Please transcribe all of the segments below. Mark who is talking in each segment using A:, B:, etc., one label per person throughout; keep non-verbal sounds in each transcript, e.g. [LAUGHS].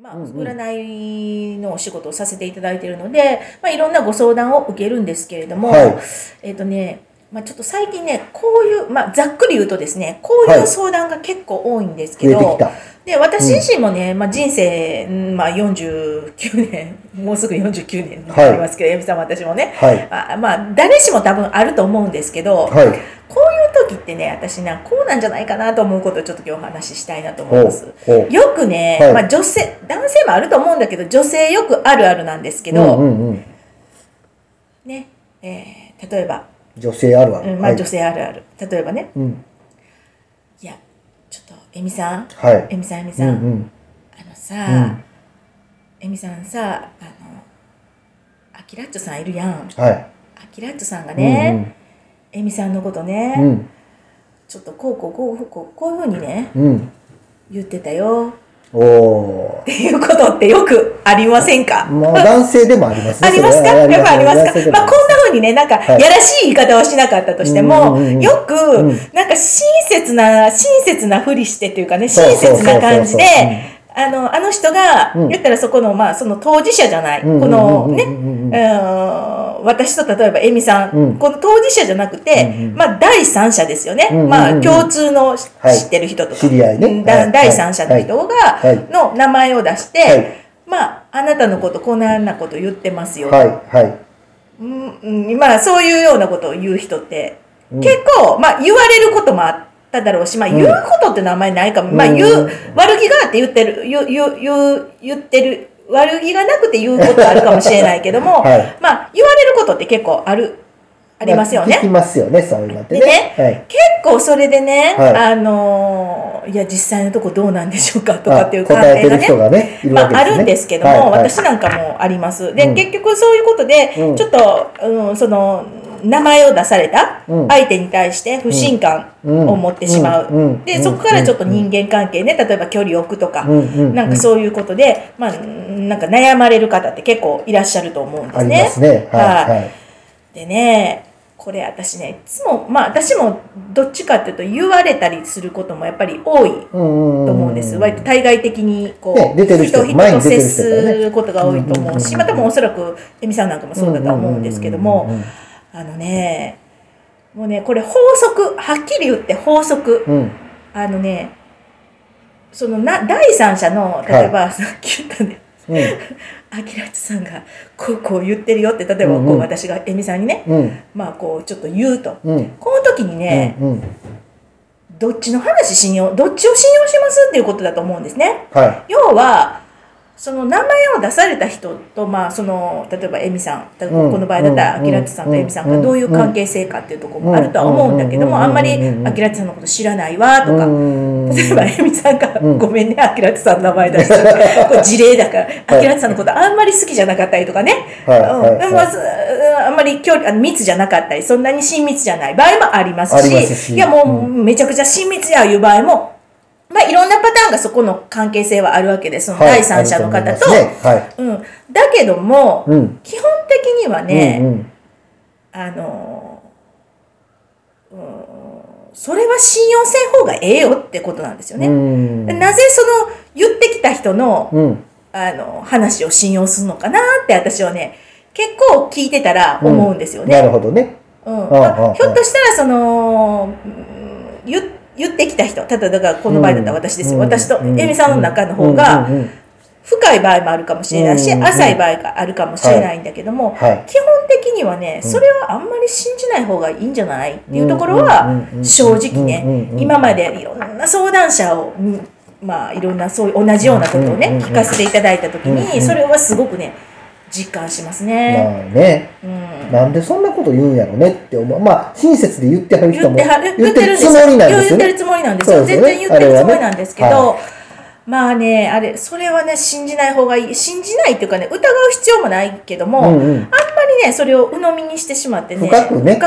A: まあ、
B: うんうん
A: 占いのお仕事をさせていただいているので、まあ、いろんなご相談を受けるんですけれども、
B: はい
A: えっ、とね、まあ、ちょっと最近ねこういう、まあ、ざっくり言うとですねこう
B: はいいう
A: 相談が結構多いんですけ
B: 増え
A: ど、
B: てきた。
A: で私自身もね、まあ、人生、うんまあ、49年 [LAUGHS] もうすぐ49年になりますけど、エビさんも私もね
B: はい。
A: あまあ誰しも多分あると思うんですけど、
B: はい。
A: こういう時ってね私なこうなんじゃないかなと思うことをちょっと今日お話ししたいなと思
B: ほ
A: いうます。。
B: ほう。
A: よくね、
B: はい
A: まあ、女性男性もあると思うんだけど女性よくあるあるなんですけ
B: う
A: ど、
B: んうんうん。
A: ねえー例えば、
B: 女性あるあ
A: う
B: る。
A: んまあ、
B: はい
A: 女性あるある、例えばね
B: うん。
A: 「いやちょっとえみさん
B: はい。
A: えみさんえみ
B: う
A: さ
B: ん
A: ん、
B: うん。
A: あの
B: う
A: さ
B: ん
A: えみ、さんさあのアキラッチョさんいるやん
B: はい。
A: アキラッチョさんが
B: うんうん
A: ねえみ、さんのことね、
B: うん。
A: ちょっとこうこうこうこうこういうふうにね
B: うん。
A: 言ってたよ
B: おお
A: っ。ていうことってよくありませんか、
B: まあ男性でもありますね。
A: ありますか
B: それは
A: やっぱありますか
B: 男性でも
A: まあ、こんな風にね、なんか、や
B: い
A: らしい言い方をしなかったとしても、
B: うんうんうん
A: よく
B: うん、
A: なんか親切な、親切なふりしてというかね、
B: そう
A: 親
B: そうそうそう
A: 切な感じで、あの、あの人が、
B: うん
A: 言ったらそこの、まあ、その当事者じゃない、
B: うん
A: このね、
B: う
A: うん
B: うんうんうんうん
A: ーん私と例えば、エミさん,、
B: うん
A: この当事者じゃなくて、
B: うんうん
A: まあ、第三者ですよね。
B: うんうんうん
A: まあ、共通の知
B: はい
A: ってる人とか、
B: 知り合いね
A: うん
B: は
A: だ
B: い
A: 第三者の人が、
B: はい
A: の名前を出して、
B: はい
A: まあ、あなたのことこんなようなこと言ってますよ、
B: はいはい。
A: うんうん、まあそういうようなことを言う人って、
B: うん
A: 結構、まあ、言われることもあっただろうし、まあ、
B: うん
A: 言うことって名前ないかも、
B: うん
A: まあ、言う悪気があって言ってる言う言う言う言ってる悪気がなくて言うことあるかもしれないけども、
B: [LAUGHS] はい
A: まあ、言われることって結構あるありますよ
B: 聞き
A: ね。
B: ますよね、そういうのって
A: で
B: ね。はい。
A: 結構それでね、
B: はい
A: あのーいや実際のとこどうなんでしょうかとかっていう
B: あ
A: 鑑
B: 答え
A: 定が
B: てる
A: ね
B: 人がね、いる
A: まあ、
B: わけですね。
A: あるんですけども、
B: はいはい
A: 私なんかもあります。で、
B: うん
A: 結局そういうことで、
B: うん
A: ちょっと、うん、その、名前を出された
B: うん
A: 相手に対して不信感
B: うん
A: を持ってしまう。
B: うんうんう
A: で、
B: ん
A: そこからちょっと人間関係ね、例えば距離を置くとか、
B: うんうん
A: なんかそういうことで、まあ、なんか悩まれる方って結構いらっしゃると思うんで
B: あ
A: す
B: り
A: ね。
B: ますね。はい
A: はい
B: はい。
A: でねこれ私ねいつもまあ私もどっちかっていうと言われたりすることもやっぱり多い
B: と思
A: と思うんです、割と対外的にこう、
B: ね出てる人
A: 人人
B: 前に
A: と
B: 出て
A: 接
B: る
A: す
B: 人だからね
A: ることが多いと思うし、
B: うんうんうんうん
A: まあ多分おそらくエミさんなんかもそうだとは思うんですけども、
B: うんうんうん
A: あのねもうねこれ法則はっきり言って法則、
B: うん。
A: あのねそのな第三者の例えば、さっき言ったねアキラチさんがこうこう言ってるよって例えばこう、
B: うんうん
A: 私がエミさんにね
B: うん。うん。
A: まあこうちょっと言うと、
B: うん。
A: この時にね、
B: うんうん。
A: どっちの話信用どっちを信用しますっていうことだと思うんですね。
B: はい。
A: 要はその名前を出された人と、まあ、その例えばエミさんこ
B: うん
A: の場合だったら
B: うん
A: アキラチさんとエミさん
B: う
A: が
B: ん
A: どういう関係性かっていうところもあるとは思うんだけども
B: うん
A: あんまり
B: うん
A: アキラチさんのこと知らないわとか。例
B: 例
A: [LAUGHS] えば、エミさんが、
B: うん
A: ごめんね、アキラチさんの名前出して、
B: [LAUGHS]
A: これ事例だから、アキラチさんのことあんまり好きじゃなかったりとかね、
B: はい
A: うん
B: はい
A: まあずあんまり距離あの密じゃなかったり、そんなに親密じゃない場合もあります
B: あり
A: し、
B: ますし
A: いやもう、
B: う
A: めちゃくちゃ親密やいう場合も、まあ、いろんなパターンがそこの関係性はあるわけです、その第三者の方と。
B: はい。
A: うん、だけども、
B: うん。
A: 基本的にはね、
B: うん
A: あのーうーんそれは信用せん方がええよってことなんですよ
B: う
A: ね。
B: ん。
A: でなぜその言ってきた人の
B: うん。
A: あの話を信用するのかなって私はね結構聞いてたら思うんですよ
B: な
A: ね。
B: るほどね。
A: うん
B: ん
A: ま
B: う
A: あ
B: ん
A: ひょっとしたらそのうん言言ってきた人ただだからこの場合だったら私ですよ、私とエミさんの中の方が深い場合もあるかもしれないし、
B: うん
A: 浅い場合があるかもしれないんだけども、
B: はい。
A: 基本的にはねそれはあんまり信じない方がいいんじゃないっていうところは正直ね今までいろんな相談者をうんまあいろんなそういう同じようなことを
B: うんうん
A: ね
B: うん
A: 聞かせていただいた時
B: うんう
A: に
B: ん
A: それはすごくね実感します
B: まあ
A: ね。
B: ね。
A: うん
B: なんでそんなこと言うんやろねって思う。まあ、親切で言ってはる人
A: 言っ
B: も
A: てはる言
B: 言
A: っ
B: って
A: る
B: てる
A: ん
B: つ
A: です
B: もりなんです
A: 言
B: よ
A: ってる
B: ね。
A: つもりなんですよ
B: そうです
A: 全
B: よね
A: 然言ってるつもりなんですけ
B: あれはね
A: どまあねあれそれはね信じない方がいい信じないっていうかね疑う必要もないけども、
B: うんうん
A: あんまりねそれを鵜呑みにしてしまってね
B: 深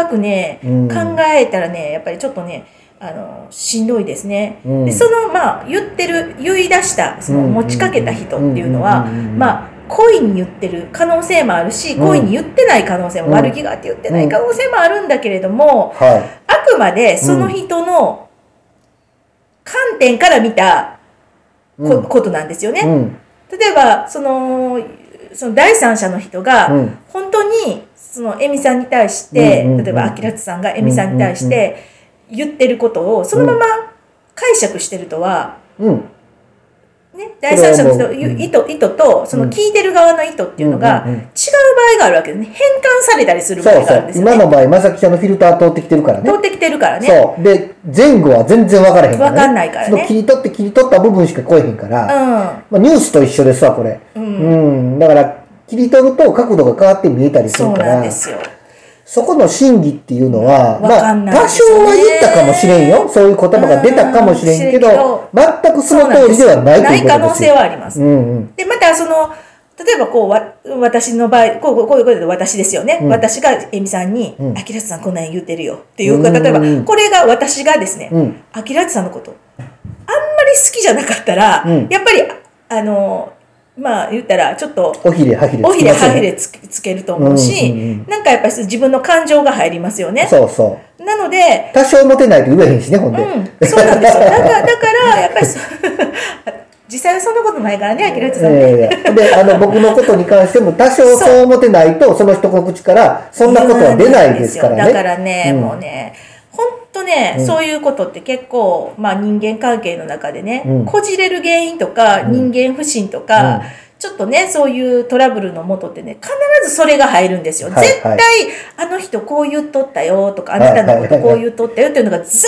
B: く
A: ね
B: ねうん
A: 考えたらねやっぱりちょっとねあのしんどいですね、
B: うん
A: でそのまあ言ってる言い出したその
B: うんうんうん
A: 持ちかけた人っていうのは、
B: うんうんうんうん
A: まあ故意に言ってる可能性もあるし
B: うん
A: 故意に言ってない可能性も、
B: うん
A: 悪気があって言ってない可能性もあるんだけれども、
B: は
A: あくまでその人の観点から見た
B: い。
A: こ,、ことなんですよね。
B: うん。
A: 例えばそのその第三者の人が
B: うん
A: 本当にそのエミさんに対して、
B: うんうんうん
A: 例えばアキラツさんがエミさんに対して言ってることをそのまま解釈してるとは、
B: うん。
A: ね、第三者の人の
B: うん
A: 意図意図とその聞いてる側の意図っていうのが
B: う
A: 違
B: んうん
A: う
B: うん
A: 場合があるわけですね変換されたりする場
B: そ
A: 合
B: う
A: があ
B: そ
A: るん
B: う
A: で。すよ
B: 今
A: ね
B: の場合、まさきちゃんのフィルター通ってきてるからね
A: 通。ってきてるからね
B: そう。で、前後は全然分からへんから
A: 分
B: ね。
A: かんないからね
B: その切り取って切り取った部分しか来えへんから。
A: う
B: まあ、ニュースと一緒ですわ、これ。うん。だから、切り取ると角度が変わって見えたり
A: ん
B: す
A: そ
B: る
A: う
B: か
A: なん
B: ら
A: で、すよ
B: そこの真偽っていうのは、
A: わかんない
B: まあ、多
A: です
B: 少
A: よね
B: は言ったかもしれんよ。そういう言葉が出たかもしれんけど、
A: うん
B: 全くその
A: う
B: 通
A: んで
B: り
A: す
B: では
A: よ
B: ないということですよ。
A: 可能性はあります、
B: うんうん。
A: でまたその例えばこうわ私の場合こうこうこういうことで私ですよね、私がえみさんに
B: う
A: 「
B: ん
A: あきらつさんこんなん言ってるよ」っていう
B: うん
A: 例えばこれが私がですね
B: うん
A: あきらつさんのことあんまり好きじゃなかったら、
B: うん
A: やっぱりああのまあ言ったらちょっと
B: おひれ、はひれ。
A: 尾ひれ
B: つきます
A: は
B: よね
A: ひれつつけると思うし、
B: うんうんうん
A: なんかやっぱり自分の感情が入りますよね。
B: そうそう。
A: なので
B: 多少モテないと言えへんしね、ほんで。
A: うん、そうなんですよ。だから、だから、やっぱりそ、 [LAUGHS] 実際はそんなことないからね、アキラち
B: [LAUGHS]
A: さんね。
B: ええで、あの、僕のことに関しても、多少そう思ってないと、その人の口から、そんなことは出ないですから
A: だ
B: ね。
A: からね、
B: うん
A: もうね、ほんとね、そういうことって結構、まあ人間関係の中でね、
B: うん
A: こじれる原因とか、人間不信とか、
B: うん
A: ちょっとね、そういうトラブルのもとってね、必ずそれが入るんですよ。
B: はい
A: 絶対、あの人こう言っとったよとか、あなたのことこう言っとったよっていうのが絶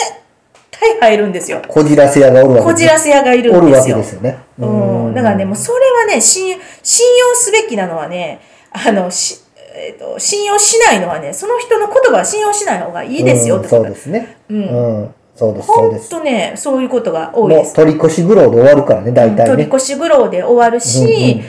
A: 対入るんですよ。
B: こじらせ屋がおるわけ
A: こじらせ屋がいる
B: お
A: ん
B: る
A: で
B: わ
A: す
B: け
A: よ
B: で。すよね。
A: うん、だからね、もうそれはね、信信用すべきなのはね、あの、しえっと信用しないのはね、その人の言葉は信用しない方がいいですよ
B: う
A: っ
B: ん
A: てこと
B: そう
A: だ
B: ですね。
A: う
B: うんん、そうです、そう
A: ほ
B: で
A: ん
B: す。
A: とね、そういうことが多い
B: も
A: で
B: う
A: す。
B: 取り越し苦労で終わるからね、大体
A: 取り
B: ね。
A: 越し苦労で終わるし、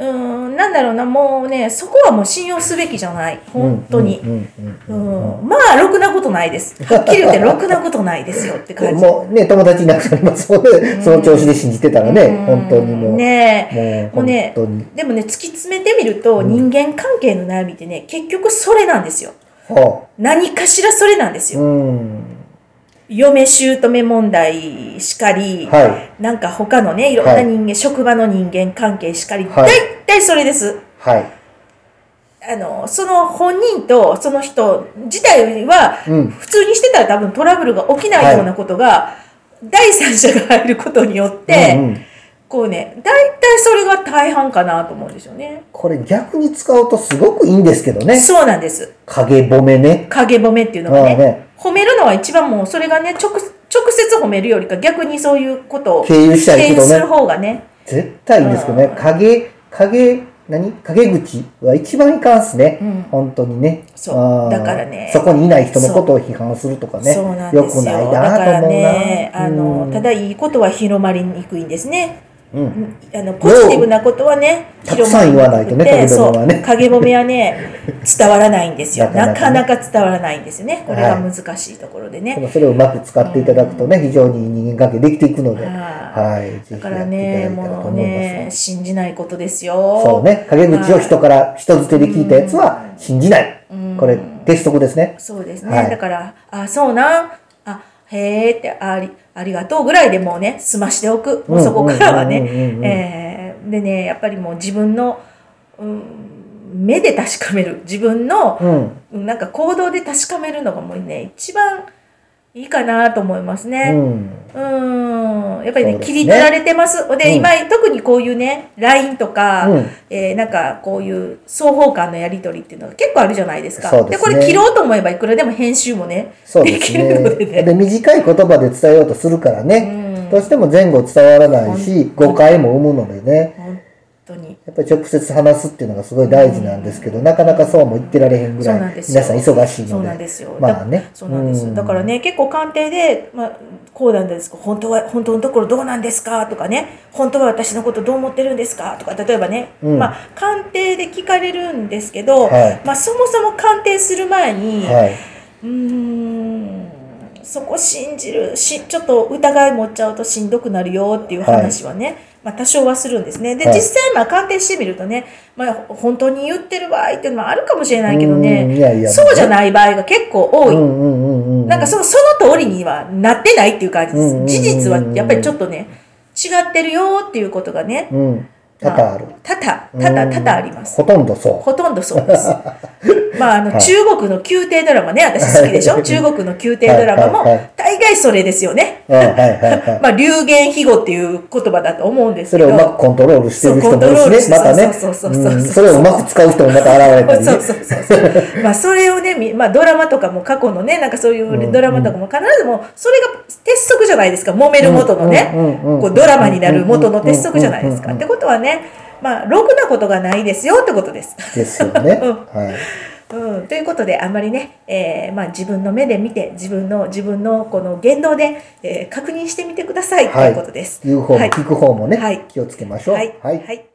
A: うんなんだろうな、もうね、そこはもう信用すべきじゃない。本当に。
B: うんうん
A: うんまあ、ろくなことないです。はっきり言って、ろくなことないですよって
B: う
A: 感
B: ん。
A: じ。
B: もうね、友達いなくなりますもんね。その調子で信じてたらね、本当にもう。
A: ねえ
B: もう
A: ね
B: 本当に。
A: でもね突き詰めてみると、人間関係の悩みってね結局それなんですよ
B: は
A: 何かしらそれなんです
B: あ
A: よ、
B: うん。
A: 嫁姑問題しかり、
B: は
A: なんか他のねいろんな
B: はい
A: 人間、職場の人間関係しかり
B: はい
A: 大体、たいそれです
B: はい。
A: あのその本人とその人自体は、
B: うん
A: 普通にしてたら多分トラブルが起きないようなことが、第三者が入ることによって、
B: うんうん
A: こうね大体それが大半かなと思うんですよね。
B: これ逆に使うとすごくいいんですけどね。
A: そうなんです。
B: 影褒めね。
A: 影褒めっていうのが
B: あ
A: ね
B: あね
A: 褒めるのは一番もうそれがね直直接褒めるよりか逆にそういうことを
B: 経由したいけ
A: 経
B: どね
A: 由する方がね
B: 絶対いいんですけど
A: う
B: ね
A: ん。
B: 影、影、何影口は一番いかんっすね。
A: うん
B: 本当にね。
A: そう
B: あー
A: だからね
B: そこにいない人のことを批判するとかね。
A: そうなんですよ
B: くない
A: だか
B: な
A: ら
B: と思うな。
A: ねあの、
B: うん
A: ただいいことは広まりにくいんですね
B: うん。
A: あのポジティブなことはね
B: たくさん言わないとね
A: 広まり
B: 影
A: にくくてそう
B: 褒めはね
A: 影褒めはね
B: [LAUGHS]
A: 伝わらないんですよな
B: な
A: か
B: か
A: な
B: な
A: か伝わらないんですよねこれが
B: はい
A: 難しいところでね、
B: でもそれをうまく使っていただくとね、非常にいい人間関係できていくので、
A: は
B: はい、ぜ
A: だ
B: ひ
A: か
B: や
A: ら
B: ってい
A: ね
B: ただいたらと
A: もう
B: 思います。
A: ね信じないことですよ
B: そうね、陰口を人から人づてで聞いたやつは信じない。
A: うん
B: これ、鉄則ですね。
A: そうですね、
B: はい
A: だから「あそうなんあへえ」ってあり「ありがとう」ぐらいでもうね済ましておくもうそこからは
B: うんうんうんうんうん
A: ね。えーでねやっぱりもう自分の、うん、目で確かめる自分の
B: うん。
A: なんか行動で確かめるのがもうね一番いいかなと思います
B: う
A: ね。
B: ん。
A: うんやっぱりね
B: そうで
A: 切
B: すね
A: り取られてます。で、
B: うん
A: 今特にこういうね LINE とか、
B: うん
A: えーなんかこういう双方間のやり取りっていうのが結構あるじゃないですか。
B: そうですね
A: これ切ろうと思えばいくらでも編集もね
B: そう
A: で
B: です
A: きるので
B: ね。
A: ね。
B: で、短い言葉で伝えようとするから
A: う
B: ね
A: ん、
B: どうしても前後伝わらないし、
A: 本当に
B: 誤解も生むのでね、
A: 本当に
B: やっぱり直接話すっていうのがすごい大事なんですけど、なかなかそうも言ってられへんぐ
A: そう
B: ら
A: なん
B: い、
A: で
B: 皆
A: すよ
B: さん忙しい
A: そ
B: の
A: うなん
B: で。
A: ですよ。
B: まあね
A: だそうなんです。
B: うん
A: だからね、結構鑑定で、まあ、こうなんですか、本当は、本当のところどうなんですかとかね、本当は私のことどう思ってるんですかとか、例えばね、
B: うん
A: まあ、鑑定で聞かれるんですけど、
B: はい
A: まあ、そもそも鑑定する前に、
B: はい。
A: うーん、そこ信じるし、ちょっと疑い持っちゃうとしんどくなるよっていう話はね、まあ、多少はするんですね。で、
B: はい
A: 実際、まあ、鑑定してみるとね、まあ、ほ本当に言ってる場合っていうのはあるかもしれないけど
B: うん
A: ね、
B: いやいや
A: そうじゃない場合が結構多い。
B: うんうんうんうん。
A: なんかそのその通りにはなってないっていう感じで
B: うんうんうんうん
A: す。事実はやっぱりちょっとね、違ってるよっていうことがね、
B: うん。多々ある。
A: 多々、多々、多々あります
B: ほ。とんどそう。
A: ほとんどそう
B: [LAUGHS]
A: です。まあ、あの、
B: はい
A: 中国の宮廷ドラマね、私好きでしょ中国の宮廷ドラマも
B: はいはいはい、
A: 大概それですよね。
B: うん、はいはい
A: [LAUGHS]
B: はい。
A: まあ、流言飛語っていう言葉だと思うんです
B: そ
A: け
B: れ
A: ど。
B: をうまくコントロールしてる人も
A: そう
B: い
A: コントロー
B: る
A: ルし
B: しね、
A: て
B: またね。
A: そうそうそうそう
B: うんそれをうまく使う人もまた現れたりね
A: そう。そうそうそう。まあそれをね、みまあドラマとかも過去のね、なんかそういうドラマとかも必ずもうそれが鉄則じゃないですか、揉める元のね
B: うんうんうんうん、
A: こうドラマになる元の鉄則じゃないです
B: うん
A: か。
B: う
A: っ
B: んうん
A: てことはね、まあろくなことがないですよってことです。
B: ですよ
A: [LAUGHS]
B: ね。
A: うん
B: はい。
A: うん、ということであんまりね、えーまあ、自分の目で見て自分の自分のこの言動で、えー確認してみてください、
B: は
A: とい
B: い
A: うことです。
B: 言う方も
A: はい
B: 聞く方もね、
A: はい
B: 気をつけましょう。
A: はい、はい